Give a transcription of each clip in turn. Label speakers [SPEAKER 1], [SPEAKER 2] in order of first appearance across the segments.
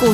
[SPEAKER 1] 股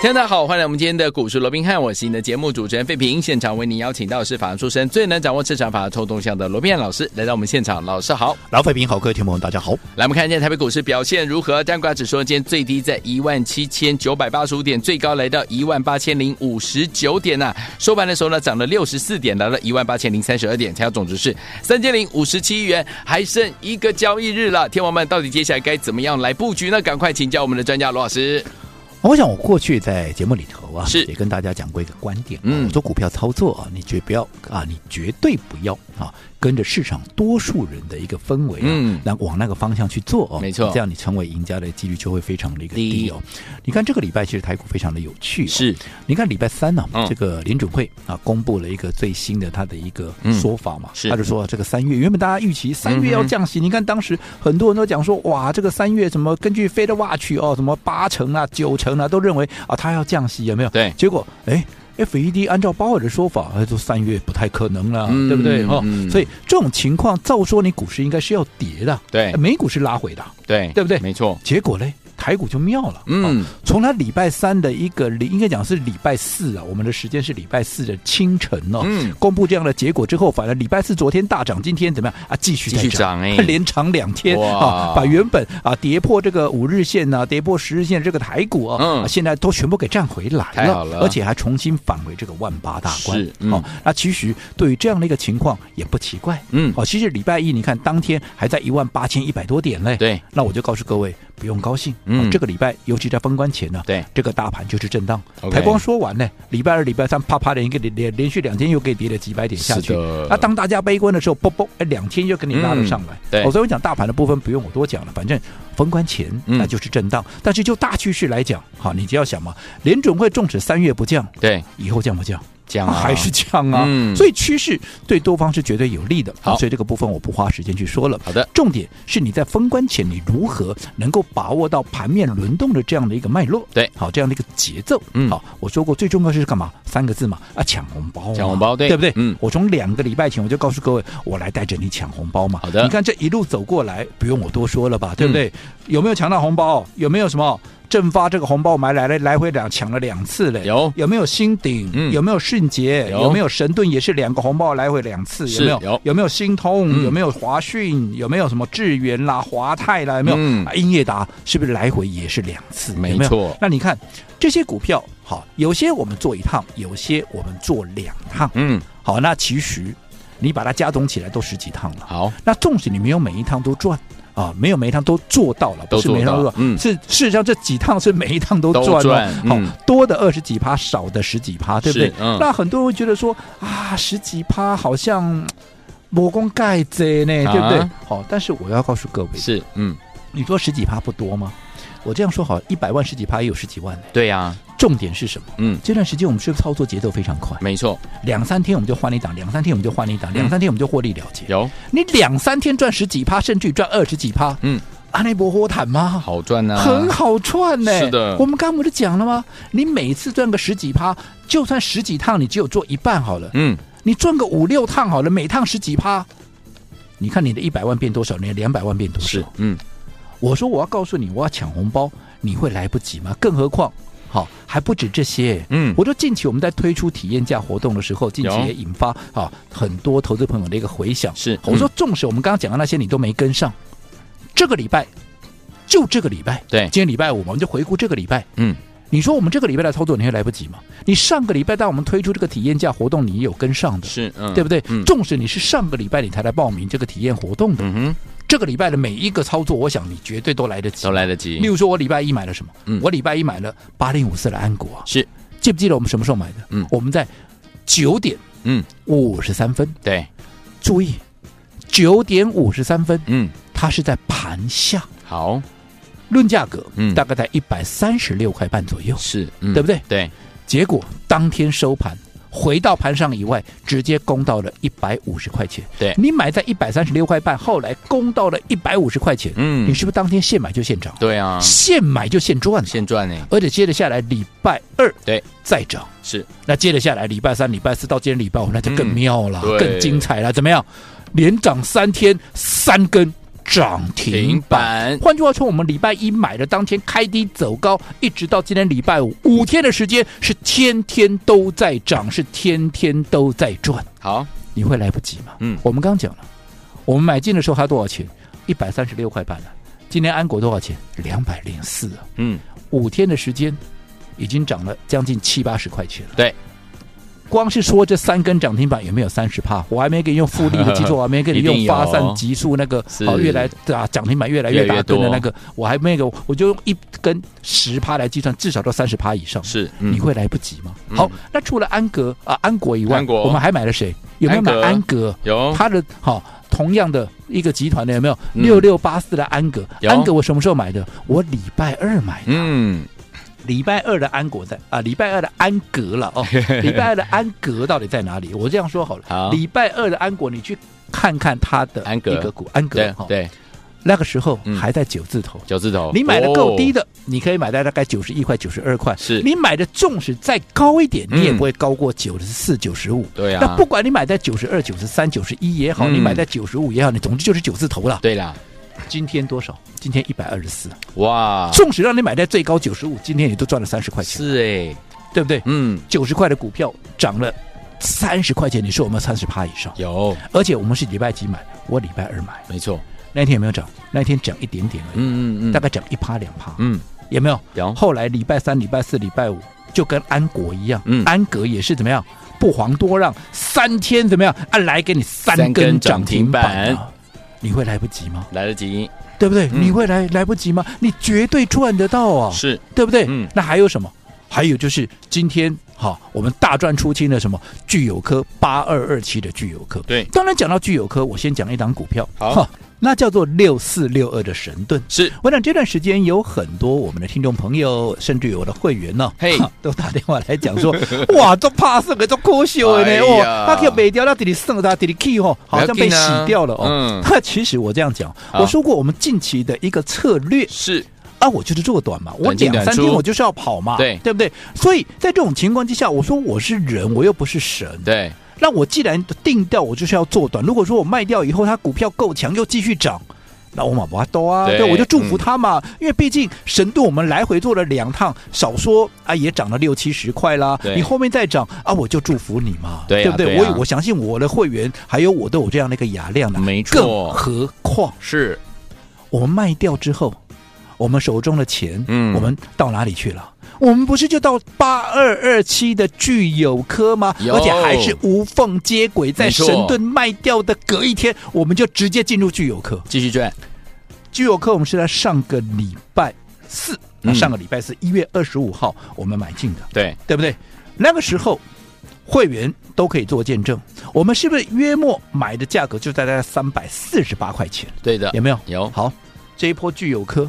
[SPEAKER 2] 听众大家好，欢迎来我们今天的股市罗宾汉，我是你的节目主持人费平。现场为您邀请到的是法律出身、最能掌握市场法律臭动向的罗宾汉老师来到我们现场，老师好。
[SPEAKER 3] 老费平好，各位听众朋友，大家好。
[SPEAKER 2] 来，我们看一下台北股市表现如何？单股指数今天最低在一万七千九百八十五点，最高来到一万八千零五十九点呐、收盘的时候呢，涨了六十四点，来到一万八千零三十二点，成交总值是三千零五十七亿元，还剩一个交易日了。天王们，到底接下来该怎么样来布局呢？赶快请教我们的专家罗老师。
[SPEAKER 3] 我想我过去在节目里头啊，
[SPEAKER 2] 是
[SPEAKER 3] 也跟大家讲过一个观点、啊，
[SPEAKER 2] 嗯
[SPEAKER 3] 我说股票操作啊，你绝不要啊，你绝对不要啊，跟着市场多数人的一个氛围、啊，
[SPEAKER 2] 嗯
[SPEAKER 3] 那往那个方向去做哦，
[SPEAKER 2] 没错
[SPEAKER 3] 这样你成为赢家的几率就会非常的一个
[SPEAKER 2] 低
[SPEAKER 3] 低哦。你看这个礼拜其实台股非常的有趣、哦，
[SPEAKER 2] 是，
[SPEAKER 3] 你看礼拜三呢、
[SPEAKER 2] 嗯
[SPEAKER 3] 这个联准会啊公布了一个最新的他的一个
[SPEAKER 2] 嗯
[SPEAKER 3] 说法嘛，
[SPEAKER 2] 是
[SPEAKER 3] 他就说这个三月嗯原本大家预期三月要降息，你看当时很多人都讲说哇，这个三月什么根据 Fed Watch 哦，什么八成啊、九成啊，都认为啊他要降息有没有？
[SPEAKER 2] 对
[SPEAKER 3] 结果哎。FED 按照鲍尔的说法，哎，说三月不太可能了，
[SPEAKER 2] 嗯
[SPEAKER 3] 对不对？哦，
[SPEAKER 2] 嗯
[SPEAKER 3] 所以这种情况，照说你股市应该是要跌的，
[SPEAKER 2] 对
[SPEAKER 3] 美股是拉回的，
[SPEAKER 2] 呃对
[SPEAKER 3] 对不对
[SPEAKER 2] 没错，
[SPEAKER 3] 结果嘞，台股就妙了。
[SPEAKER 2] 嗯
[SPEAKER 3] 哦从他礼拜三的一个礼，应该讲是礼拜四啊，我们的时间是礼拜四的清晨哦。
[SPEAKER 2] 嗯
[SPEAKER 3] 公布这样的结果之后，反而礼拜四昨天大涨，今天怎么样啊？继续
[SPEAKER 2] 继
[SPEAKER 3] 再
[SPEAKER 2] 续
[SPEAKER 3] 涨，
[SPEAKER 2] 涨哎
[SPEAKER 3] 连涨两天
[SPEAKER 2] 哇
[SPEAKER 3] 啊，把原本啊跌破这个五日线呐、啊跌破十日线这个台股啊，
[SPEAKER 2] 嗯
[SPEAKER 3] 啊现在都全部给站回来
[SPEAKER 2] 太好了
[SPEAKER 3] 而且还重新返回这个万八大关。
[SPEAKER 2] 是嗯
[SPEAKER 3] 哦，那其实对于这样的一个情况也不奇怪。
[SPEAKER 2] 嗯
[SPEAKER 3] 哦，其实礼拜一你看当天还在一万八千一百多点嘞。
[SPEAKER 2] 对，
[SPEAKER 3] 那我就告诉各位不用高兴。
[SPEAKER 2] 嗯
[SPEAKER 3] 嗯，这个礼拜尤其在封关前呢，
[SPEAKER 2] 对
[SPEAKER 3] 这个大盘就是震荡。
[SPEAKER 2] OK
[SPEAKER 3] 才光说完呢，礼拜二、礼拜三啪啪连一个连连连续两天又给跌了几百点下
[SPEAKER 2] 是
[SPEAKER 3] 去
[SPEAKER 2] 的。
[SPEAKER 3] 那当大家悲观的时候，啵啵，哎，两天又给你拉了上来。
[SPEAKER 2] 嗯对
[SPEAKER 3] 哦所以我讲大盘的部分不用我多讲了，反正封关前
[SPEAKER 2] 嗯
[SPEAKER 3] 那就是震荡。但是就大趋势来讲，好，你就要想嘛，联准会纵使三月不降，
[SPEAKER 2] 对，
[SPEAKER 3] 以后降不降？
[SPEAKER 2] 讲啊，
[SPEAKER 3] 还是降啊。
[SPEAKER 2] 嗯
[SPEAKER 3] 所以趋势对多方是绝对有利的。
[SPEAKER 2] 好
[SPEAKER 3] 所以这个部分我不花时间去说了。
[SPEAKER 2] 好的
[SPEAKER 3] 重点是你在封关前，你如何能够把握到盘面轮动的这样的一个脉络？
[SPEAKER 2] 对
[SPEAKER 3] 好，这样的一个节奏。
[SPEAKER 2] 嗯
[SPEAKER 3] 好，我说过最重要是干嘛？三个字嘛，啊，抢红包嘛，
[SPEAKER 2] 抢红包对
[SPEAKER 3] 对不对？
[SPEAKER 2] 嗯
[SPEAKER 3] 我从两个礼拜前我就告诉各位，我来带着你抢红包嘛。
[SPEAKER 2] 好的嗯
[SPEAKER 3] 你看这一路走过来，不用我多说了吧，对不对？有没有抢到红包？有没有什么？正发这个红包，我们还来来来回两抢了两次嘞，
[SPEAKER 2] 有
[SPEAKER 3] 有没有新鼎？
[SPEAKER 2] 嗯
[SPEAKER 3] 有没有迅捷？
[SPEAKER 2] 有
[SPEAKER 3] 有没有神盾？也是两个红包来回两次，
[SPEAKER 2] 是
[SPEAKER 3] 有没有？
[SPEAKER 2] 有
[SPEAKER 3] 没有新通？
[SPEAKER 2] 嗯
[SPEAKER 3] 有没有华讯？有没有什么智源啦、华泰啦？有没有？
[SPEAKER 2] 嗯
[SPEAKER 3] 啊英业达是不是来回也是两次？
[SPEAKER 2] 没
[SPEAKER 3] 有有
[SPEAKER 2] 错
[SPEAKER 3] 那你看这些股票，好，有些我们做一趟，有些我们做两趟。
[SPEAKER 2] 嗯，
[SPEAKER 3] 好，那其实你把它加总起来都十几趟了。
[SPEAKER 2] 好，
[SPEAKER 3] 那纵使你没有每一趟都赚啊，没有每一趟都做到了，
[SPEAKER 2] 都
[SPEAKER 3] 不是每一趟
[SPEAKER 2] 做到
[SPEAKER 3] 都做，
[SPEAKER 2] 嗯
[SPEAKER 3] 是事实上这几趟是每一趟都
[SPEAKER 2] 都
[SPEAKER 3] 赚
[SPEAKER 2] 赚
[SPEAKER 3] 了，好、
[SPEAKER 2] 嗯
[SPEAKER 3] 多的二十几趴，少的十几趴，对不对
[SPEAKER 2] 是？嗯
[SPEAKER 3] 那很多人会觉得说啊，十几趴好像魔功盖贼呢，对不对
[SPEAKER 2] 啊？
[SPEAKER 3] 好、但是我要告诉各位，
[SPEAKER 2] 是，嗯，
[SPEAKER 3] 你说十几趴不多吗？我这样说好，一百万十几趴也有十几万呢。
[SPEAKER 2] 对呀、啊
[SPEAKER 3] 重点是什么？
[SPEAKER 2] 嗯，
[SPEAKER 3] 这段时间我们是不是操作节奏非常快，
[SPEAKER 2] 没错，
[SPEAKER 3] 两三天我们就换一档，两三天我们就换一档，两三天我们就获利了结。
[SPEAKER 2] 有
[SPEAKER 3] 你两三天赚十几趴，甚至于赚二十几趴，啊
[SPEAKER 2] 嗯，
[SPEAKER 3] 阿内伯豁坦吗？
[SPEAKER 2] 好赚啊，
[SPEAKER 3] 很，好赚呢、
[SPEAKER 2] 是的
[SPEAKER 3] 我们刚刚不是讲了吗？你每次赚个十几趴，就算十几趟，你只有做一半好了，
[SPEAKER 2] 嗯，
[SPEAKER 3] 你赚个五六趟好了，每趟十几趴，你看你的一百万变多少，你的两百万变多少
[SPEAKER 2] 是？，嗯，
[SPEAKER 3] 我说我要告诉你，我要抢红包，你会来不及吗？更何况，好还不止这些。
[SPEAKER 2] 嗯
[SPEAKER 3] 我说近期我们在推出体验价活动的时候，近期
[SPEAKER 2] 有
[SPEAKER 3] 也引发啊很多投资朋友的一个回响。
[SPEAKER 2] 是
[SPEAKER 3] 我说纵使我们刚刚讲的那些你都没跟上，这个礼拜就这个礼拜，
[SPEAKER 2] 嗯对
[SPEAKER 3] 今天礼拜五嘛，我们就回顾这个礼拜。
[SPEAKER 2] 嗯，
[SPEAKER 3] 你说我们这个礼拜的操作，你会来不及吗？你上个礼拜当我们推出这个体验价活动，你也有跟上的，
[SPEAKER 2] 是，嗯，
[SPEAKER 3] 对不对？
[SPEAKER 2] 嗯，
[SPEAKER 3] 纵使你是上个礼拜你才来报名这个体验活动的，
[SPEAKER 2] 嗯哼，
[SPEAKER 3] 这个礼拜的每一个操作，我想你绝对都来得及
[SPEAKER 2] 都。来得及
[SPEAKER 3] 例，如说，我礼拜一买了什么？
[SPEAKER 2] 嗯
[SPEAKER 3] 我礼拜一买了八零五四的安国啊，
[SPEAKER 2] 是，
[SPEAKER 3] 记不记得我们什么时候买的？
[SPEAKER 2] 嗯
[SPEAKER 3] 我们在九点
[SPEAKER 2] 嗯，
[SPEAKER 3] 五十三分，
[SPEAKER 2] 对，
[SPEAKER 3] 注意，九点五十三分，
[SPEAKER 2] 嗯，
[SPEAKER 3] 它是在盘下，
[SPEAKER 2] 好，
[SPEAKER 3] 论价格，
[SPEAKER 2] 嗯
[SPEAKER 3] 大概在一百三十六块半左右，
[SPEAKER 2] 是，嗯
[SPEAKER 3] 对不对？
[SPEAKER 2] 对，
[SPEAKER 3] 结果当天收盘回到盘上以外，直接攻到了一百五十块钱。
[SPEAKER 2] 对
[SPEAKER 3] 你买在一百三十六块半，后来攻到了一百五十块钱，
[SPEAKER 2] 嗯
[SPEAKER 3] 你是不是当天现买就现涨？
[SPEAKER 2] 对啊，
[SPEAKER 3] 现买就现赚了，
[SPEAKER 2] 现赚呢，
[SPEAKER 3] 而且接着下来礼拜二
[SPEAKER 2] 对
[SPEAKER 3] 再涨。
[SPEAKER 2] 是
[SPEAKER 3] 那接着下来，礼拜三、礼拜四到今天礼拜五，那就更妙了，
[SPEAKER 2] 嗯对
[SPEAKER 3] 更精彩了。怎么样？连涨三天，三根涨停
[SPEAKER 2] 停
[SPEAKER 3] 板。
[SPEAKER 2] 板，
[SPEAKER 3] 换句话说，我们礼拜一买的，当天开低走高，一直到今天礼拜五，五天的时间是天天都在涨，是天天都在赚，
[SPEAKER 2] 好，
[SPEAKER 3] 你会来不及吗？
[SPEAKER 2] 嗯
[SPEAKER 3] 我们刚讲了，我们买进的时候它多少钱？一百三十六块半了、今天安国多少钱？两百零四啊。
[SPEAKER 2] 嗯，
[SPEAKER 3] 五天的时间，已经涨了将近七八十块钱了。
[SPEAKER 2] 对，
[SPEAKER 3] 光是说这三根涨停板有没有三十趴？我还没给你用复利的 基础，我还没给你
[SPEAKER 2] 一定
[SPEAKER 3] 用
[SPEAKER 2] 有
[SPEAKER 3] 发散级数那个
[SPEAKER 2] 是
[SPEAKER 3] 哦，越来啊涨停板越来越大根的那个，我还没给我，我就用一根十趴来计算，至少到三十趴以上。
[SPEAKER 2] 是，
[SPEAKER 3] 你
[SPEAKER 2] 嗯，
[SPEAKER 3] 会来不及吗？好，那除了安格啊、安国以外，
[SPEAKER 2] 安国
[SPEAKER 3] 我们还买了谁？有没有买
[SPEAKER 2] 安格
[SPEAKER 3] 安格？
[SPEAKER 2] 有
[SPEAKER 3] 它的好、同样的一个集团的有没有
[SPEAKER 2] 嗯
[SPEAKER 3] 六六八四的安格？
[SPEAKER 2] 有
[SPEAKER 3] 安格我什么时候买的？我礼拜二买的。
[SPEAKER 2] 嗯，
[SPEAKER 3] 礼拜二的安国在啊，礼拜二的安格了 哦，礼拜二的安格到底在哪里？我这样说好了，
[SPEAKER 2] 好
[SPEAKER 3] 礼拜二的安国，你去看看它的
[SPEAKER 2] 安格
[SPEAKER 3] 一个股安格
[SPEAKER 2] 对
[SPEAKER 3] 哈，
[SPEAKER 2] 对，
[SPEAKER 3] 那个时候
[SPEAKER 2] 嗯
[SPEAKER 3] 还在九字头。
[SPEAKER 2] 九字头，哦
[SPEAKER 3] 你买的够低
[SPEAKER 2] 的，
[SPEAKER 3] 的，你可以买在大概九十一块、九十二块。
[SPEAKER 2] 是
[SPEAKER 3] 你买的纵使再高一点，
[SPEAKER 2] 嗯
[SPEAKER 3] 你也不会高过九十四、九十五。
[SPEAKER 2] 对啊
[SPEAKER 3] 那不管你买在九十二、九十三、九十一也好，
[SPEAKER 2] 嗯
[SPEAKER 3] 你买在九十五也好，你总之就是九字头了。
[SPEAKER 2] 对啦，
[SPEAKER 3] 今天多少？今天一百二十四。
[SPEAKER 2] 哇，
[SPEAKER 3] 纵使让你买在最高九十五，今天也都赚了三十块钱，
[SPEAKER 2] 是哎，
[SPEAKER 3] 对不对？
[SPEAKER 2] 嗯，
[SPEAKER 3] 九十块的股票涨了三十块钱，你说有没有三十趴以上？
[SPEAKER 2] 有，
[SPEAKER 3] 而且我们是礼拜几买，我礼拜二买，
[SPEAKER 2] 没错，
[SPEAKER 3] 那天有没有涨？那天涨一点点而已，
[SPEAKER 2] 嗯嗯嗯，
[SPEAKER 3] 大概涨一趴两趴，
[SPEAKER 2] 嗯，
[SPEAKER 3] 有没有？
[SPEAKER 2] 有
[SPEAKER 3] 后来礼拜三、礼拜四、礼拜五就跟安国一样，
[SPEAKER 2] 嗯
[SPEAKER 3] 安格也是怎么样？不遑多让，三天怎么样？啊，来给你
[SPEAKER 2] 三
[SPEAKER 3] 三
[SPEAKER 2] 根
[SPEAKER 3] 根
[SPEAKER 2] 涨
[SPEAKER 3] 涨
[SPEAKER 2] 停
[SPEAKER 3] 停
[SPEAKER 2] 板
[SPEAKER 3] 板、啊，你会来不及吗？
[SPEAKER 2] 来得及，
[SPEAKER 3] 对不对？
[SPEAKER 2] 嗯
[SPEAKER 3] 你会来来不及吗？你绝对赚得到啊！
[SPEAKER 2] 是
[SPEAKER 3] 对不对？
[SPEAKER 2] 嗯
[SPEAKER 3] 那还有什么？还有就是今天好，我们大赚出清的什么聚友科八二二七的聚友科。
[SPEAKER 2] 对
[SPEAKER 3] 当然讲到聚友科，我先讲一档股票，
[SPEAKER 2] 好
[SPEAKER 3] 哈，那叫做六四六二的神盾。
[SPEAKER 2] 是，
[SPEAKER 3] 我想这段时间有很多我们的听众朋友，甚至有我的会员呢、
[SPEAKER 2] 嘿
[SPEAKER 3] 哈都打电话来讲说， 哇，这怕是个这可惜的
[SPEAKER 2] 哎
[SPEAKER 3] 呢，
[SPEAKER 2] 呀
[SPEAKER 3] 哦，他可以卖掉，他这里剩他这里 key 哦，好像被洗掉了
[SPEAKER 2] 不要紧啊
[SPEAKER 3] 哦
[SPEAKER 2] 嗯。
[SPEAKER 3] 那、其实我这样讲，
[SPEAKER 2] 好
[SPEAKER 3] 我说过我们近期的一个策略
[SPEAKER 2] 是，
[SPEAKER 3] 啊，我就是做短嘛，我
[SPEAKER 2] 短进
[SPEAKER 3] 两
[SPEAKER 2] 短
[SPEAKER 3] 三
[SPEAKER 2] 出
[SPEAKER 3] 天我就是要跑嘛，
[SPEAKER 2] 对
[SPEAKER 3] 对不对？所以在这种情况之下，我说我是人，我又不是神，
[SPEAKER 2] 对，
[SPEAKER 3] 那我既然定调，我就是要做短。如果说我卖掉以后，它股票够强又继续涨。那我马不多啊，
[SPEAKER 2] 对嗯
[SPEAKER 3] 对，我就祝福他嘛，因为毕竟神盾我们来回做了两趟，少说啊也涨了六七十块啦
[SPEAKER 2] 对，
[SPEAKER 3] 你后面再涨啊，我就祝福你嘛，
[SPEAKER 2] 对啊
[SPEAKER 3] 不对？
[SPEAKER 2] 对啊
[SPEAKER 3] 我也我相信我的会员还有我都有这样的一个雅量的，
[SPEAKER 2] 没
[SPEAKER 3] 更
[SPEAKER 2] 错
[SPEAKER 3] 何况
[SPEAKER 2] 是，
[SPEAKER 3] 我们卖掉之后，我们手中的钱，
[SPEAKER 2] 嗯
[SPEAKER 3] 我们到哪里去了？我们不是就到八二二七的聚友科吗？
[SPEAKER 2] 有
[SPEAKER 3] 而且还是无缝接轨，在
[SPEAKER 2] 没错
[SPEAKER 3] 神盾卖掉的隔一天，我们就直接进入聚友科。
[SPEAKER 2] 继续赚，
[SPEAKER 3] 聚友科我们是在上个礼拜四，啊
[SPEAKER 2] 嗯
[SPEAKER 3] 上个礼拜四一月二十五号我们买进的，
[SPEAKER 2] 对，
[SPEAKER 3] 对不对？那个时候会员都可以做见证，我们是不是约莫买的价格就在大概三百四十八块钱？
[SPEAKER 2] 对的，
[SPEAKER 3] 有没有？
[SPEAKER 2] 有
[SPEAKER 3] 好，这一波聚友科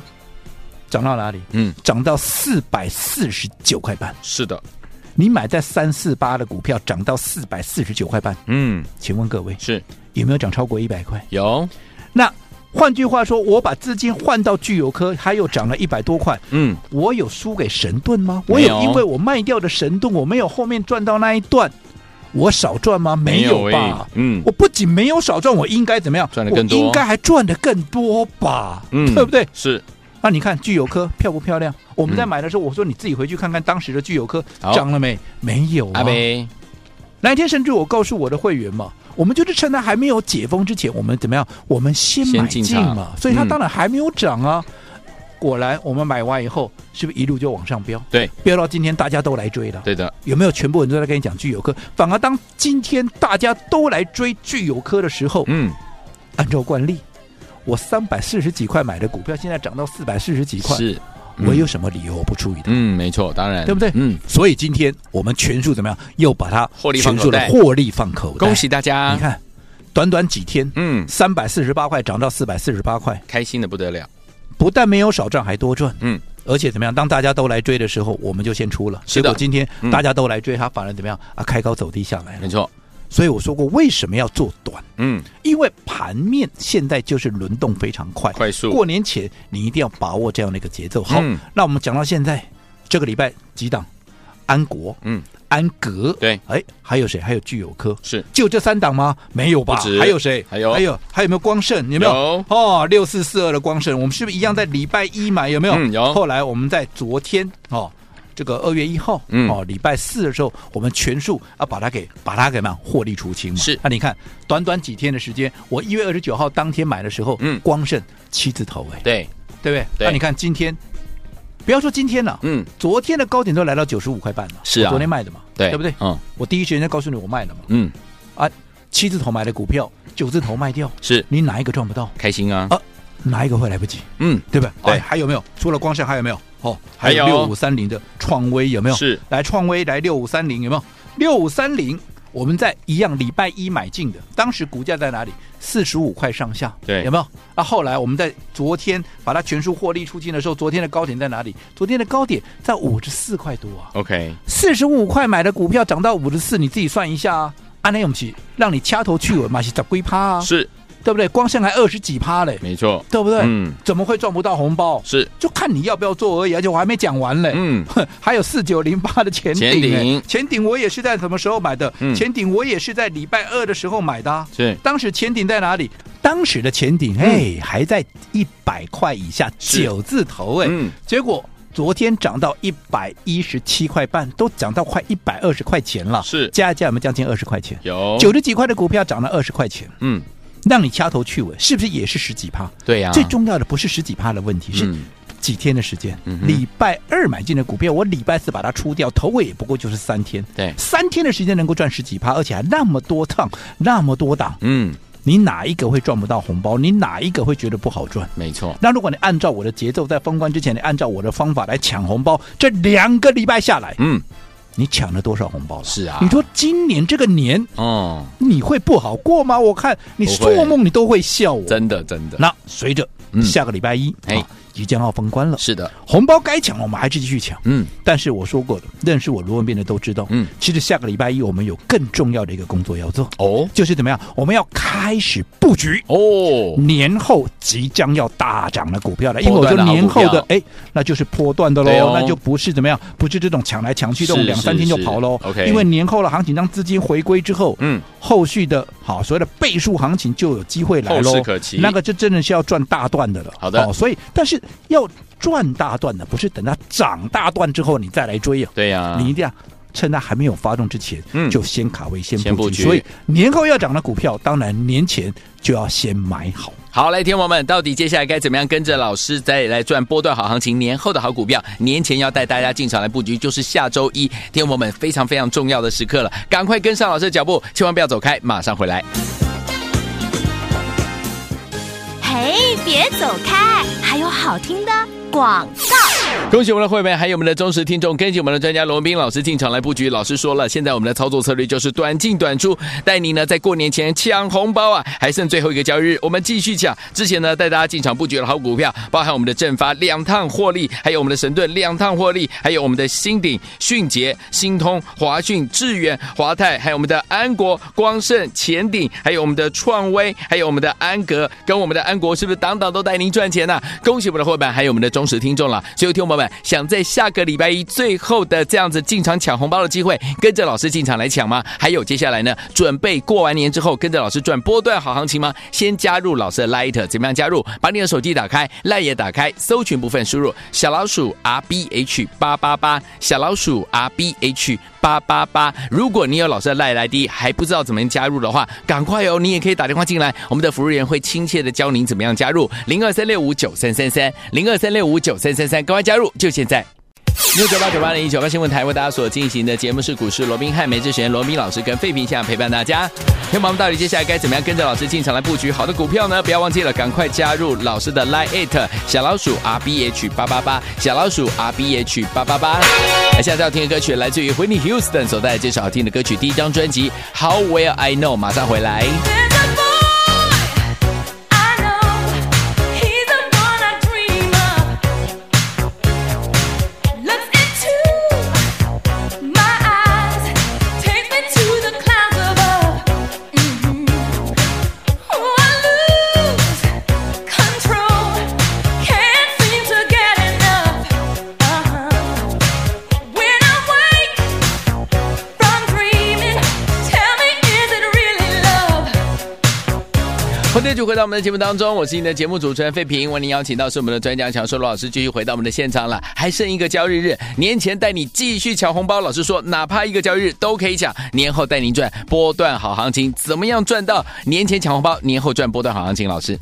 [SPEAKER 3] 涨到哪里？
[SPEAKER 2] 嗯，
[SPEAKER 3] 涨到四百四十九块半。
[SPEAKER 2] 是的，
[SPEAKER 3] 你买在三四八的股票涨到四百四十九块半，
[SPEAKER 2] 嗯，
[SPEAKER 3] 请问各位
[SPEAKER 2] 是
[SPEAKER 3] 有没有涨超过一百块？
[SPEAKER 2] 有，
[SPEAKER 3] 那换句话说，我把资金换到聚友科，还有涨了一百多块，
[SPEAKER 2] 嗯，
[SPEAKER 3] 我有输给神盾吗？我
[SPEAKER 2] 没有
[SPEAKER 3] 有因为我卖掉的神盾，我没有后面赚到那一段，我少赚吗？没有
[SPEAKER 2] 没有
[SPEAKER 3] 吧
[SPEAKER 2] 欸。嗯
[SPEAKER 3] 我不仅没有少赚，我应该怎么样？
[SPEAKER 2] 赚得更多
[SPEAKER 3] 我应该还赚得更多吧？
[SPEAKER 2] 嗯，
[SPEAKER 3] 对不对？
[SPEAKER 2] 是，
[SPEAKER 3] 那你看聚友科漂不漂亮？我们在
[SPEAKER 2] 嗯
[SPEAKER 3] 买的时候，我说你自己回去看看当时的聚友科
[SPEAKER 2] 好
[SPEAKER 3] 涨了没？没有
[SPEAKER 2] 阿
[SPEAKER 3] 啊。
[SPEAKER 2] 梅，
[SPEAKER 3] 那一天甚至我告诉我的会员嘛，我们就是趁它还没有解封之前，我们怎么样？我们先
[SPEAKER 2] 先
[SPEAKER 3] 买
[SPEAKER 2] 进
[SPEAKER 3] 进
[SPEAKER 2] 场
[SPEAKER 3] 嘛，所以它
[SPEAKER 2] 嗯
[SPEAKER 3] 当然还没有涨啊。果然，我们买完以后，是不是一路就往上飙？
[SPEAKER 2] 对，
[SPEAKER 3] 飙到今天大家都来追了。
[SPEAKER 2] 对的，
[SPEAKER 3] 有没有全部人都在跟你讲聚友科？反而当今天大家都来追聚友科的时候，
[SPEAKER 2] 嗯，
[SPEAKER 3] 按照惯例，我三百四十几块买的股票，现在涨到四百四十几块，
[SPEAKER 2] 是，嗯
[SPEAKER 3] 我有什么理由我不出一趟？
[SPEAKER 2] 嗯，没错，当然，
[SPEAKER 3] 对不对
[SPEAKER 2] 嗯，
[SPEAKER 3] 所以今天我们全数怎么样？又把它
[SPEAKER 2] 获利放
[SPEAKER 3] 全数
[SPEAKER 2] 口
[SPEAKER 3] 的
[SPEAKER 2] 袋
[SPEAKER 3] 获利放口袋。
[SPEAKER 2] 恭！喜大家
[SPEAKER 3] 你，看，短短几天，
[SPEAKER 2] 嗯，
[SPEAKER 3] 三百四十八块涨到四百四十八块，
[SPEAKER 2] 开心的不得了，
[SPEAKER 3] 不但没有少赚，还多赚。
[SPEAKER 2] 嗯，
[SPEAKER 3] 而且怎么样？当大家都来追的时候，我们就先出了。
[SPEAKER 2] 是
[SPEAKER 3] 结
[SPEAKER 2] 的
[SPEAKER 3] 果今天
[SPEAKER 2] 嗯
[SPEAKER 3] 大家都来追，它反而怎么样啊？开高走低下来了
[SPEAKER 2] 没。错，
[SPEAKER 3] 所以我说过，为什么要做短？
[SPEAKER 2] 嗯，
[SPEAKER 3] 因为盘面现在就是轮动非常快，
[SPEAKER 2] 快速
[SPEAKER 3] 过年前你一定要把握这样的一个节奏。好，
[SPEAKER 2] 嗯
[SPEAKER 3] 那我们讲到现在，这个礼拜几档？安国、
[SPEAKER 2] 嗯，
[SPEAKER 3] 安格，
[SPEAKER 2] 对
[SPEAKER 3] 哎，还有谁？还有聚友科，
[SPEAKER 2] 是
[SPEAKER 3] 就这三档吗？没有吧
[SPEAKER 2] 不止？
[SPEAKER 3] 还有谁？
[SPEAKER 2] 还有
[SPEAKER 3] 还有还有没有光盛？有没
[SPEAKER 2] 有
[SPEAKER 3] 有？哦，六四四二的光盛，我们是不是一样在礼拜一买？有没有？
[SPEAKER 2] 嗯有
[SPEAKER 3] 后来我们在昨天哦。这个二月一号，
[SPEAKER 2] 嗯
[SPEAKER 3] 哦，礼拜四的时候，我们全数啊把它给把它给嘛获利出清嘛。
[SPEAKER 2] 是
[SPEAKER 3] 那你看，短短几天的时间，我一月二十九号当天买的时候，
[SPEAKER 2] 嗯
[SPEAKER 3] 光盛七字头哎，
[SPEAKER 2] 对，
[SPEAKER 3] 对不对？
[SPEAKER 2] 对
[SPEAKER 3] 那你看今天，不要说今天了、
[SPEAKER 2] 嗯，
[SPEAKER 3] 昨天的高点都来到九十五块半了，
[SPEAKER 2] 是啊
[SPEAKER 3] 我昨天卖的嘛，
[SPEAKER 2] 对，
[SPEAKER 3] 对不对？
[SPEAKER 2] 嗯
[SPEAKER 3] 我第一时间就告诉你我卖了嘛，
[SPEAKER 2] 嗯，
[SPEAKER 3] 啊七字头买的股票，九字头卖掉，
[SPEAKER 2] 是
[SPEAKER 3] 你哪一个赚不到？
[SPEAKER 2] 开心啊，
[SPEAKER 3] 啊哪一个会来不及？
[SPEAKER 2] 嗯，
[SPEAKER 3] 对不对？
[SPEAKER 2] 对
[SPEAKER 3] 哎还有没有？除了光线还有没有？哦，
[SPEAKER 2] 还有
[SPEAKER 3] 六五三零的创威有没有？
[SPEAKER 2] 是
[SPEAKER 3] 来创威来六五三零有没有？六五三零我们在一样礼拜一买进的，当时股价在哪里？四十五块上下，
[SPEAKER 2] 对
[SPEAKER 3] 有没有？啊，后来我们在昨天把它全数获利出清的时候，昨天的高点在哪里？昨天的高点在五十四块多啊，
[SPEAKER 2] ，OK，
[SPEAKER 3] 四十五块买的股票涨到五十四，你自己算一下啊。安内勇气让你掐头去尾嘛，是咋龟趴啊？
[SPEAKER 2] 是
[SPEAKER 3] 对不对？光线还二十几趴嘞，
[SPEAKER 2] 没错，
[SPEAKER 3] 对不对？
[SPEAKER 2] 嗯，
[SPEAKER 3] 怎么会赚不到红包？
[SPEAKER 2] 是，
[SPEAKER 3] 就看你要不要做而已，而且我还没讲完嘞。
[SPEAKER 2] 嗯，
[SPEAKER 3] 哼， 还有四九零八的前顶、
[SPEAKER 2] 前顶
[SPEAKER 3] 哎前顶我也是在什么时候买的？
[SPEAKER 2] 嗯
[SPEAKER 3] 前顶我也是在礼拜二的时候买的、啊。
[SPEAKER 2] 是
[SPEAKER 3] 当时前顶在哪里？当时的前顶哎，还在一百块以下，
[SPEAKER 2] 嗯是
[SPEAKER 3] 九字头哎，
[SPEAKER 2] 嗯
[SPEAKER 3] 结果昨天涨到一百一十七块半，都涨到快一百二十块钱了，
[SPEAKER 2] 是
[SPEAKER 3] 加一加有没有将近二十块钱？
[SPEAKER 2] 有
[SPEAKER 3] 九十几块的股票涨了二十块钱，
[SPEAKER 2] 嗯，
[SPEAKER 3] 让你掐头去尾，是不是也是十几趴？
[SPEAKER 2] 对呀，
[SPEAKER 3] 最重要的不是十几趴的问题，是
[SPEAKER 2] 啊嗯
[SPEAKER 3] 几天的时间。
[SPEAKER 2] 嗯哼
[SPEAKER 3] 礼拜二买进的股票，我礼拜四把它出掉，头尾也不过就是三天。
[SPEAKER 2] 对
[SPEAKER 3] 三天的时间能够赚十几趴，而且还那么多趟，那么多档，
[SPEAKER 2] 嗯，
[SPEAKER 3] 你哪一个会赚不到红包？你哪一个会觉得不好赚？
[SPEAKER 2] 没错，
[SPEAKER 3] 那如果你按照我的节奏，在封关之前，你按照我的方法来抢红包，这两个礼拜下来，
[SPEAKER 2] 嗯，
[SPEAKER 3] 你抢了多少红包了？
[SPEAKER 2] 是啊
[SPEAKER 3] 你说今年这个年
[SPEAKER 2] 哦，
[SPEAKER 3] 你会不好过吗？我看你
[SPEAKER 2] 不会
[SPEAKER 3] 做梦你都会笑我。
[SPEAKER 2] 真的真的，
[SPEAKER 3] 那随着
[SPEAKER 2] 嗯
[SPEAKER 3] 下个礼拜一，
[SPEAKER 2] 哎
[SPEAKER 3] 啊，即将要封关了，
[SPEAKER 2] 是的，
[SPEAKER 3] 红包该抢我们还是继续抢。
[SPEAKER 2] 嗯，
[SPEAKER 3] 但是我说过的，认识我罗文斌的都知道，
[SPEAKER 2] 嗯，
[SPEAKER 3] 其实下个礼拜一我们有更重要的一个工作要做，
[SPEAKER 2] 哦
[SPEAKER 3] 就是怎么样，我们要开始布局。
[SPEAKER 2] 哦，
[SPEAKER 3] 年后即将要大涨的股票了，因为我
[SPEAKER 2] 波
[SPEAKER 3] 说
[SPEAKER 2] 段的好
[SPEAKER 3] 年后
[SPEAKER 2] 股
[SPEAKER 3] 的
[SPEAKER 2] 票，
[SPEAKER 3] 哎，那就是波段的
[SPEAKER 2] 对
[SPEAKER 3] 喽
[SPEAKER 2] 哦，
[SPEAKER 3] 那就不是怎么样，不是这种抢来抢去，这种
[SPEAKER 2] 是
[SPEAKER 3] 两三天就跑喽
[SPEAKER 2] 是是。，OK
[SPEAKER 3] 因为年后的行情，当资金回归之后，
[SPEAKER 2] 嗯，
[SPEAKER 3] 后续的好所谓的倍数行情就有机会来喽。
[SPEAKER 2] 后事可期
[SPEAKER 3] 那个就真的是要赚大段的了。哦
[SPEAKER 2] 好的
[SPEAKER 3] 所以但是要赚大段的，不是等它涨大段之后你再来追啊，
[SPEAKER 2] 对呀，
[SPEAKER 3] 你一定要。趁它还没有发动之前，
[SPEAKER 2] 嗯
[SPEAKER 3] 就先卡位，先布局。
[SPEAKER 2] 先布局
[SPEAKER 3] 所以年后要涨的股票，当然年前就要先买好。
[SPEAKER 2] 好，来，天王们，到底接下来该怎么样跟着老师再来赚波段好行情？年后的好股票，年前要带大家进场来布局，就是下周一，天王们非常非常重要的时刻了，赶快跟上老师的脚步，千万不要走开，马上回来。
[SPEAKER 1] 嘿，别走开，还有好听的广告。
[SPEAKER 2] 恭喜我们的会员，还有我们的忠实听众，跟紧我们的专家罗文斌老师进场来布局。老师说了，现在我们的操作策略就是短进短出，带您呢在过年前抢红包啊！还剩最后一个交易日，我们继续抢。之前呢带大家进场布局了好股票，包含我们的正发两趟获利，还有我们的神盾两趟获利，还有我们的新鼎、迅捷、新通、华讯、致远、华泰，还有我们的安国、光盛、前鼎，还有我们的创威，还有我们的安格跟我们的安国，是不是档档都带您赚钱呢、恭喜我们的伙伴，还有我们的忠实听众了。所以，听众朋友们，想在下个礼拜一最后的这样子进场抢红包的机会，跟着老师进场来抢吗？还有接下来呢，准备过完年之后跟着老师赚波段好行情吗？先加入老师的 Light，怎么样加入？把你的手机打开，赖也打开，搜寻部分输入小老鼠 R B H 八八八，小老鼠 R B H。八八八。如果你有老师的赖来 D 还不知道怎么样加入的话，赶快哦，你也可以打电话进来，我们的服务员会亲切的教您怎么样加入零二三六五九三三三零二三六五九三三三，赶快加入，就现在。六九八九八零一九八新闻台为大家所进行的节目是股市罗宾汉，每日选罗宾老师跟费平现在陪伴大家。天宝们到底接下来该怎么样跟着老师进场来布局好的股票呢？不要忘记了，赶快加入老师的 Line It 小老鼠 R B H 八八八小老鼠 R B H 八八八。那下次要听的歌曲来自于 Whitney Houston 所带来这首好听的歌曲，第一张专辑 How Well I Know，马上回来。
[SPEAKER 4] There's a boy I know. He's the one I dream of. Mm-hmm. Oh, Uh-huh.
[SPEAKER 2] 继续回到我们的节目当中，我是你的节目主持人费平，为您邀请到是我们的专家乔硕罗老师，继续回到我们的现场了。还剩一个交易日，年前带你继续抢红包。老师说，哪怕一个交易日都可以抢，年后带您赚波段好行情。怎么样赚到年前抢红包，年后赚波段好行情？老师，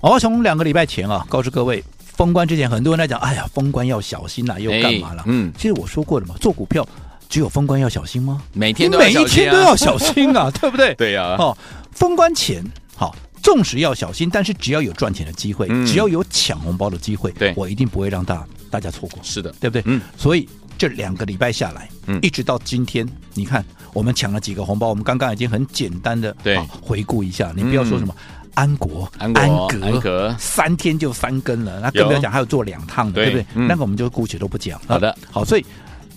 [SPEAKER 3] 我哦从两个礼拜前啊，告诉各位，封关之前，很多人在讲，哎呀，封关要小心呐、啊又干嘛了
[SPEAKER 2] 哎？嗯
[SPEAKER 3] 其实我说过了嘛，做股票只有封关要小心吗？
[SPEAKER 2] 每
[SPEAKER 3] 你
[SPEAKER 2] 天都要
[SPEAKER 3] 每一
[SPEAKER 2] 小心
[SPEAKER 3] 天都要
[SPEAKER 2] 啊！
[SPEAKER 3] 小 心啊，对不对？
[SPEAKER 2] 对呀、
[SPEAKER 3] 哦，封关前好。纵使要小心，但是只要有赚钱的机会，
[SPEAKER 2] 嗯
[SPEAKER 3] 只要有抢红包的机会，
[SPEAKER 2] 对
[SPEAKER 3] 我一定不会让大大家错过。
[SPEAKER 2] 是的，
[SPEAKER 3] 对不对？
[SPEAKER 2] 嗯
[SPEAKER 3] 所以这两个礼拜下来，
[SPEAKER 2] 嗯
[SPEAKER 3] 一直到今天，你看我们抢了几个红包，我们刚刚已经很简单的
[SPEAKER 2] 对嗯
[SPEAKER 3] 回顾一下，你不要说什么。安国、
[SPEAKER 2] 安国
[SPEAKER 3] 格、
[SPEAKER 2] 安格
[SPEAKER 3] 三天就三根了，那更不要讲还有做两趟的，
[SPEAKER 2] 对
[SPEAKER 3] 对不对？
[SPEAKER 2] 嗯
[SPEAKER 3] 那个我们就姑且都不讲了。啊
[SPEAKER 2] 好的
[SPEAKER 3] 好，所以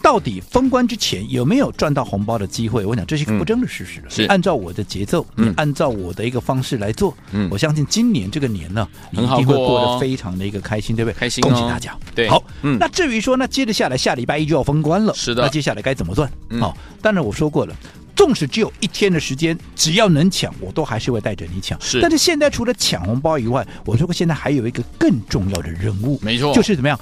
[SPEAKER 3] 到底封关之前有没有赚到红包的机会？我想这是一个不争的事实了。
[SPEAKER 2] 嗯是
[SPEAKER 3] 按照我的节奏，你
[SPEAKER 2] 嗯
[SPEAKER 3] 按照我的一个方式来做，
[SPEAKER 2] 嗯
[SPEAKER 3] 我相信今年这个年呢，你
[SPEAKER 2] 很
[SPEAKER 3] 一
[SPEAKER 2] 好
[SPEAKER 3] 定会
[SPEAKER 2] 过
[SPEAKER 3] 过
[SPEAKER 2] 哦
[SPEAKER 3] 得非常的一个开心，对不对？
[SPEAKER 2] 开心哦
[SPEAKER 3] 恭喜大家。
[SPEAKER 2] 对
[SPEAKER 3] 好，
[SPEAKER 2] 嗯
[SPEAKER 3] 那至于说呢，接着下来下礼拜一就要封关了，
[SPEAKER 2] 是的
[SPEAKER 3] 那接下来该怎么算？好、
[SPEAKER 2] 嗯
[SPEAKER 3] 当然我说过了。纵使只有一天的时间，只要能抢，我都还是会带着你抢。
[SPEAKER 2] 是
[SPEAKER 3] 但是现在除了抢红包以外，我说过现在还有一个更重要的任务，
[SPEAKER 2] 没错
[SPEAKER 3] 就是怎么样？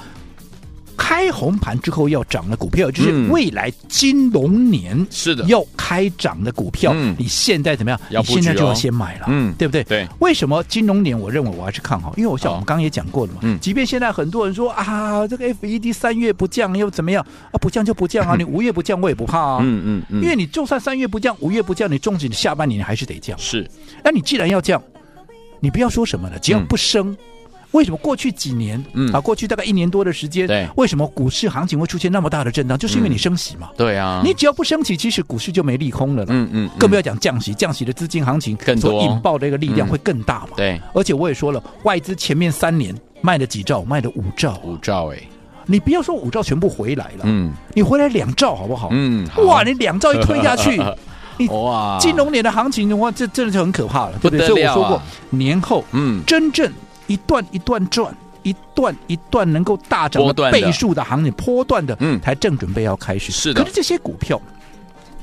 [SPEAKER 3] 开红盘之后要涨的股票，就是
[SPEAKER 2] 嗯
[SPEAKER 3] 未来金龙年
[SPEAKER 2] 是的
[SPEAKER 3] 要开涨的股票，
[SPEAKER 2] 嗯
[SPEAKER 3] 你现在怎么样？
[SPEAKER 2] 要
[SPEAKER 3] 你现在
[SPEAKER 2] 布局哦
[SPEAKER 3] 就要先买了，
[SPEAKER 2] 嗯
[SPEAKER 3] 对不对？
[SPEAKER 2] 对
[SPEAKER 3] 为什么金融年？我认为我还是看好，因为我想
[SPEAKER 2] 好
[SPEAKER 3] 我们刚刚也讲过了嘛。
[SPEAKER 2] 嗯
[SPEAKER 3] 即便现在很多人说啊，这个 FED 三月不降又怎么样啊？不降就 不降啊，你五月不降我也不怕啊。
[SPEAKER 2] 嗯嗯嗯，
[SPEAKER 3] 因为你就算三月不降，五月不降，你终止你下半年你还是得降。啊
[SPEAKER 2] 是
[SPEAKER 3] 那你既然要降，你不要说什么了，只要
[SPEAKER 2] 嗯
[SPEAKER 3] 不升。为什么过去几年，
[SPEAKER 2] 嗯
[SPEAKER 3] 啊，过去大概一年多的时间，
[SPEAKER 2] 对
[SPEAKER 3] 为什么股市行情会出现那么大的震荡？就是因为
[SPEAKER 2] 嗯
[SPEAKER 3] 你升息嘛。
[SPEAKER 2] 对啊，
[SPEAKER 3] 你只要不升息，其实股市就没利空了啦。
[SPEAKER 2] 嗯嗯，
[SPEAKER 3] 更不
[SPEAKER 2] 要
[SPEAKER 3] 要讲降息，降息的资金行情
[SPEAKER 2] 更多
[SPEAKER 3] 所引爆的一个力量
[SPEAKER 2] 嗯
[SPEAKER 3] 会更大嘛。
[SPEAKER 2] 对
[SPEAKER 3] 而且我也说了，外资前面三年卖了几兆，卖了五兆，
[SPEAKER 2] 五兆哎，
[SPEAKER 3] 你不要说五兆全部回来了，
[SPEAKER 2] 嗯
[SPEAKER 3] 你回来两兆好不好？
[SPEAKER 2] 嗯，好
[SPEAKER 3] 哇，你两兆一推下 去，你
[SPEAKER 2] 哇，
[SPEAKER 3] 金融年的行情的话，这真的就很可怕了，对不对？
[SPEAKER 2] 啊不
[SPEAKER 3] 所
[SPEAKER 2] 得
[SPEAKER 3] 以
[SPEAKER 2] 了
[SPEAKER 3] 我
[SPEAKER 2] 啊
[SPEAKER 3] 说过，年后
[SPEAKER 2] 嗯
[SPEAKER 3] 真正一段一段赚。一段一段能够大涨
[SPEAKER 2] 波段
[SPEAKER 3] 的
[SPEAKER 2] 的
[SPEAKER 3] 倍数的行情，波段的，
[SPEAKER 2] 嗯
[SPEAKER 3] 才正准备要开始。
[SPEAKER 2] 是的
[SPEAKER 3] 可是这些股票，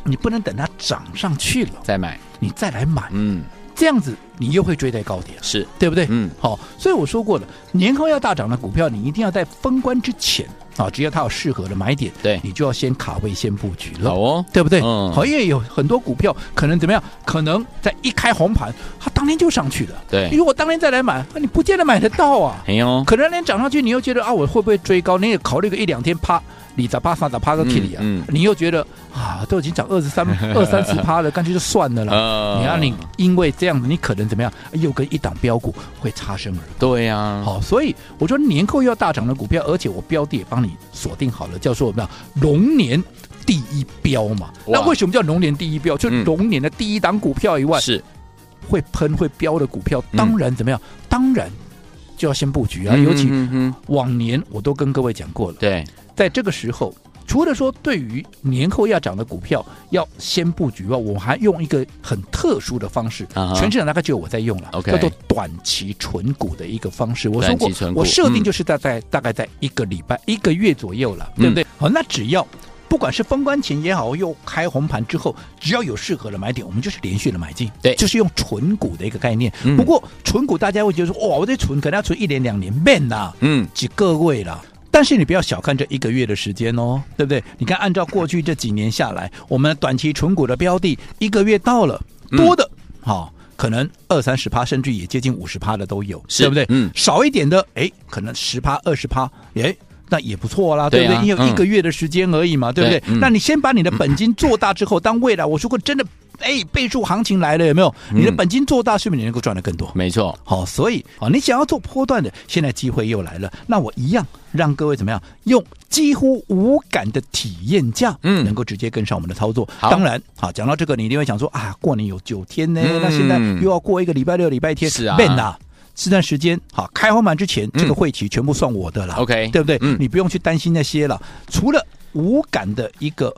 [SPEAKER 3] 你不能等它涨上去了，
[SPEAKER 2] 再买，
[SPEAKER 3] 你再来买，
[SPEAKER 2] 嗯
[SPEAKER 3] 这样子你又会追在高点，
[SPEAKER 2] 是
[SPEAKER 3] 对不对？
[SPEAKER 2] 嗯
[SPEAKER 3] 好，所以我说过了，年后要大涨的股票，你一定要在封关之前啊，只要它有适合的买点，
[SPEAKER 2] 对
[SPEAKER 3] 你就要先卡位、先布局了
[SPEAKER 2] 好。哦，
[SPEAKER 3] 对不对？
[SPEAKER 2] 嗯
[SPEAKER 3] 好，因为有很多股票可能怎么样？可能在一开红盘，它当天就上去了。
[SPEAKER 2] 对
[SPEAKER 3] 如果当天再来买，啊你不见得买得到啊。
[SPEAKER 2] 哎呦，
[SPEAKER 3] 可能连涨上去，你又觉得啊，我会不会追高？你也考虑个一两天，啪，你咋啪三咋啪个 k i 啊？
[SPEAKER 2] 嗯嗯
[SPEAKER 3] 你又觉得啊，都已经涨二十三、二三四 趴了，干脆就算了啦。
[SPEAKER 2] 呃
[SPEAKER 3] 你让、你因为这样子，你可能怎么样，又跟一档标股会擦身而过。
[SPEAKER 2] 对啊呀，
[SPEAKER 3] 好，所以我说年后要大涨的股票，而且我标的也帮你锁定好了，叫做什么？龙年第一标嘛。
[SPEAKER 2] 哇
[SPEAKER 3] 那为什么叫龙年第一标？就
[SPEAKER 2] 嗯
[SPEAKER 3] 龙年的第一档股票以外，
[SPEAKER 2] 是
[SPEAKER 3] 会喷会标的股票，
[SPEAKER 2] 嗯
[SPEAKER 3] 当然怎么样？当然就要先布局啊。
[SPEAKER 2] 嗯
[SPEAKER 3] 尤其
[SPEAKER 2] 嗯嗯嗯
[SPEAKER 3] 往年我都跟各位讲过了，
[SPEAKER 2] 对
[SPEAKER 3] 在这个时候，除了说对于年后要涨的股票要先布局外，我还用一个很特殊的方式
[SPEAKER 2] 啊哈
[SPEAKER 3] 全市场大概只有我在用了
[SPEAKER 2] OK
[SPEAKER 3] 叫做短期存股的一个方式。我说
[SPEAKER 2] 短
[SPEAKER 3] 过
[SPEAKER 2] 期存，股
[SPEAKER 3] 我设定
[SPEAKER 2] 嗯
[SPEAKER 3] 就是大概、大概在一个礼拜、一个月左右了，对不对？好，那只要。不管是封关前也好，又开红盘之后，只要有适合的买点，我们就是连续的买进，
[SPEAKER 2] 对
[SPEAKER 3] 就是用纯股的一个概念。
[SPEAKER 2] 嗯
[SPEAKER 3] 不过纯股大家会觉得说，哇，我这纯可能要存一年两年，man 呐、
[SPEAKER 2] 嗯
[SPEAKER 3] 几个位了。但是你不要小看这一个月的时间哦，对不对？你看，按照过去这几年下来，我们短期纯股的标的，一个月到了
[SPEAKER 2] 嗯
[SPEAKER 3] 多的，好、可能二三十趴，甚至也接近五十趴的都有，
[SPEAKER 2] 是
[SPEAKER 3] 对不对？
[SPEAKER 2] 嗯
[SPEAKER 3] 少一点的，哎，可能十趴、二十趴，哎。那也不错啦，
[SPEAKER 2] 对
[SPEAKER 3] 对
[SPEAKER 2] 啊
[SPEAKER 3] 不对？你有
[SPEAKER 2] 嗯
[SPEAKER 3] 一个月的时间而已嘛，对不对？
[SPEAKER 2] 对嗯
[SPEAKER 3] 那你先把你的本金做大之后，当未来我如果真的哎倍数行情来了，有没有？你的
[SPEAKER 2] 嗯
[SPEAKER 3] 本金做大，是不是你能够赚得更多？
[SPEAKER 2] 没错，
[SPEAKER 3] 好、所以好、你想要做波段的，现在机会又来了。那我一样让各位怎么样，用几乎无感的体验价，
[SPEAKER 2] 嗯
[SPEAKER 3] 能够直接跟上我们的操作。
[SPEAKER 2] 好
[SPEAKER 3] 当然，好、讲到这个，你一定会想说啊，过年有九天呢，
[SPEAKER 2] 嗯
[SPEAKER 3] 那现在又要过一个礼拜六、礼拜天，
[SPEAKER 2] 是啊
[SPEAKER 3] 笨呐。这段时间好，开红盘之前，
[SPEAKER 2] 嗯
[SPEAKER 3] 这个会期全部算我的了
[SPEAKER 2] OK，
[SPEAKER 3] 对不对？
[SPEAKER 2] 嗯
[SPEAKER 3] 你不用去担心那些了。除了无感的一个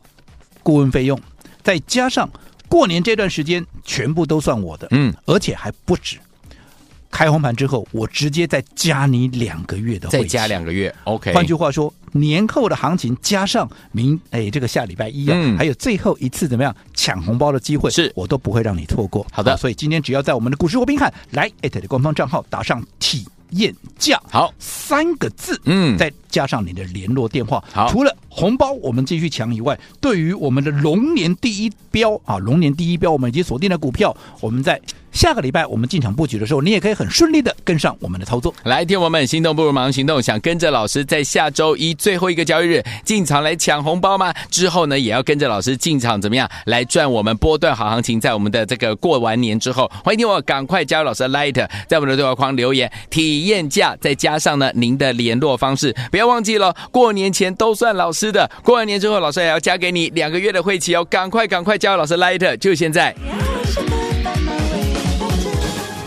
[SPEAKER 3] 顾问费用，再加上过年这段时间全部都算我的，
[SPEAKER 2] 嗯，
[SPEAKER 3] 而且还不止。开红盘之后，我直接再加你两个月的会
[SPEAKER 2] 再
[SPEAKER 3] 期
[SPEAKER 2] 加。两个月，OK，
[SPEAKER 3] 换句话说，年后的行情加上明哎这个下礼拜一啊，
[SPEAKER 2] 嗯
[SPEAKER 3] 还有最后一次怎么样抢红包的机会，
[SPEAKER 2] 是
[SPEAKER 3] 我都不会让你错过。
[SPEAKER 2] 好的
[SPEAKER 3] 所以今天只要在我们的股市罗宾汉来艾特的官方账号打上体验价
[SPEAKER 2] 好
[SPEAKER 3] 三个字，
[SPEAKER 2] 嗯
[SPEAKER 3] 再加上你的联络电话。
[SPEAKER 2] 好
[SPEAKER 3] 除了红包我们继续抢以外，对于我们的龙年第一标啊，龙年第一标我们已经锁定了股票，我们在下个礼拜我们进场布局的时候，你也可以很顺利的跟上我们的操作。
[SPEAKER 2] 来，听我们心动不如马上行动，想跟着老师在下周一最后一个交易日进场来抢红包吗？之后呢，也要跟着老师进场怎么样来赚我们波段好行情？在我们的这个过完年之后，欢迎听我赶快加入老师的 Light，在我们的对话框留言体验价，再加上呢您的联络方式，不要忘记了，过年前都算老师的，过完年之后老师也要加给你两个月的会期哦，赶快赶快加入老师的 Light，就现在。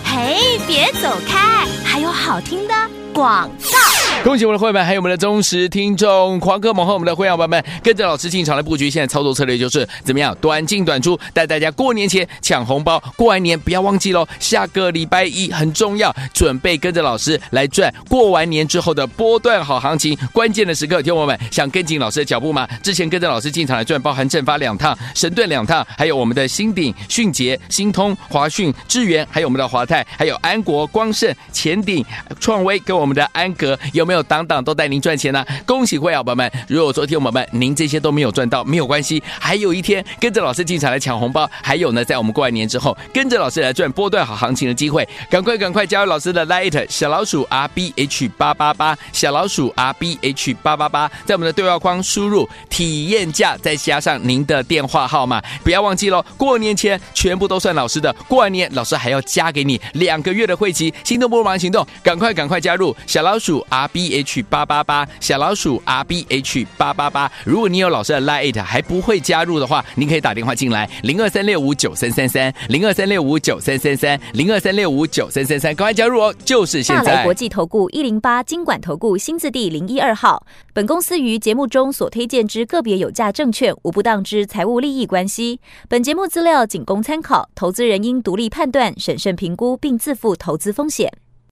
[SPEAKER 1] 嘿，别走开，还有好听的广告。
[SPEAKER 2] 恭喜我们的会员，还有我们的忠实听众狂哥们和我们的会员伙伴们，跟着老师进场来布局。现在操作策略就是怎么样短进短出，带大家过年前抢红包。过完年不要忘记喽，下个礼拜一很重要，准备跟着老师来赚过完年之后的波段好行情。关键的时刻，听我们想跟紧老师的脚步吗？之前跟着老师进场来赚，包含正发两趟、神盾两趟，还有我们的新鼎、迅捷、新通、华讯、智源，还有我们的华泰，还有安国、光盛、前鼎、创威跟我们的安格，有没有档档都带您赚钱呢、恭喜会员啊宝宝们！如果昨天我们您这些都没有赚到，没有关系，还有一天跟着老师进场来抢红包，还有呢，在我们过完年之后，跟着老师来赚波段好行情的机会，赶快赶快加入老师的 Light 小老鼠 R B H 八八八小老鼠 R B H 八八八，在我们的对话框输入体验价，再加上您的电话号码，不要忘记喽。过年前全部都算老师的，过完年老师还要加给你两个月的会籍，心动不如马上行动，赶快赶快加入小老鼠 R B H 八八八，小老鼠 R B H 八八八。如果你有老师的 Line It 还不会加入的话，您可以打电话进来零二三六五九三三三零二三六五九三三三零二三六五九三三三，赶快加入哦，就是现
[SPEAKER 5] 大来
[SPEAKER 2] 在
[SPEAKER 5] 国。际投顾一零八金管投顾新字第零一二号。本公司于节目中所推荐之个别有价证券，无不当之财务利益关系。本节目资料仅供参考，投资人应独立判断、审慎评估，并自负投资风险。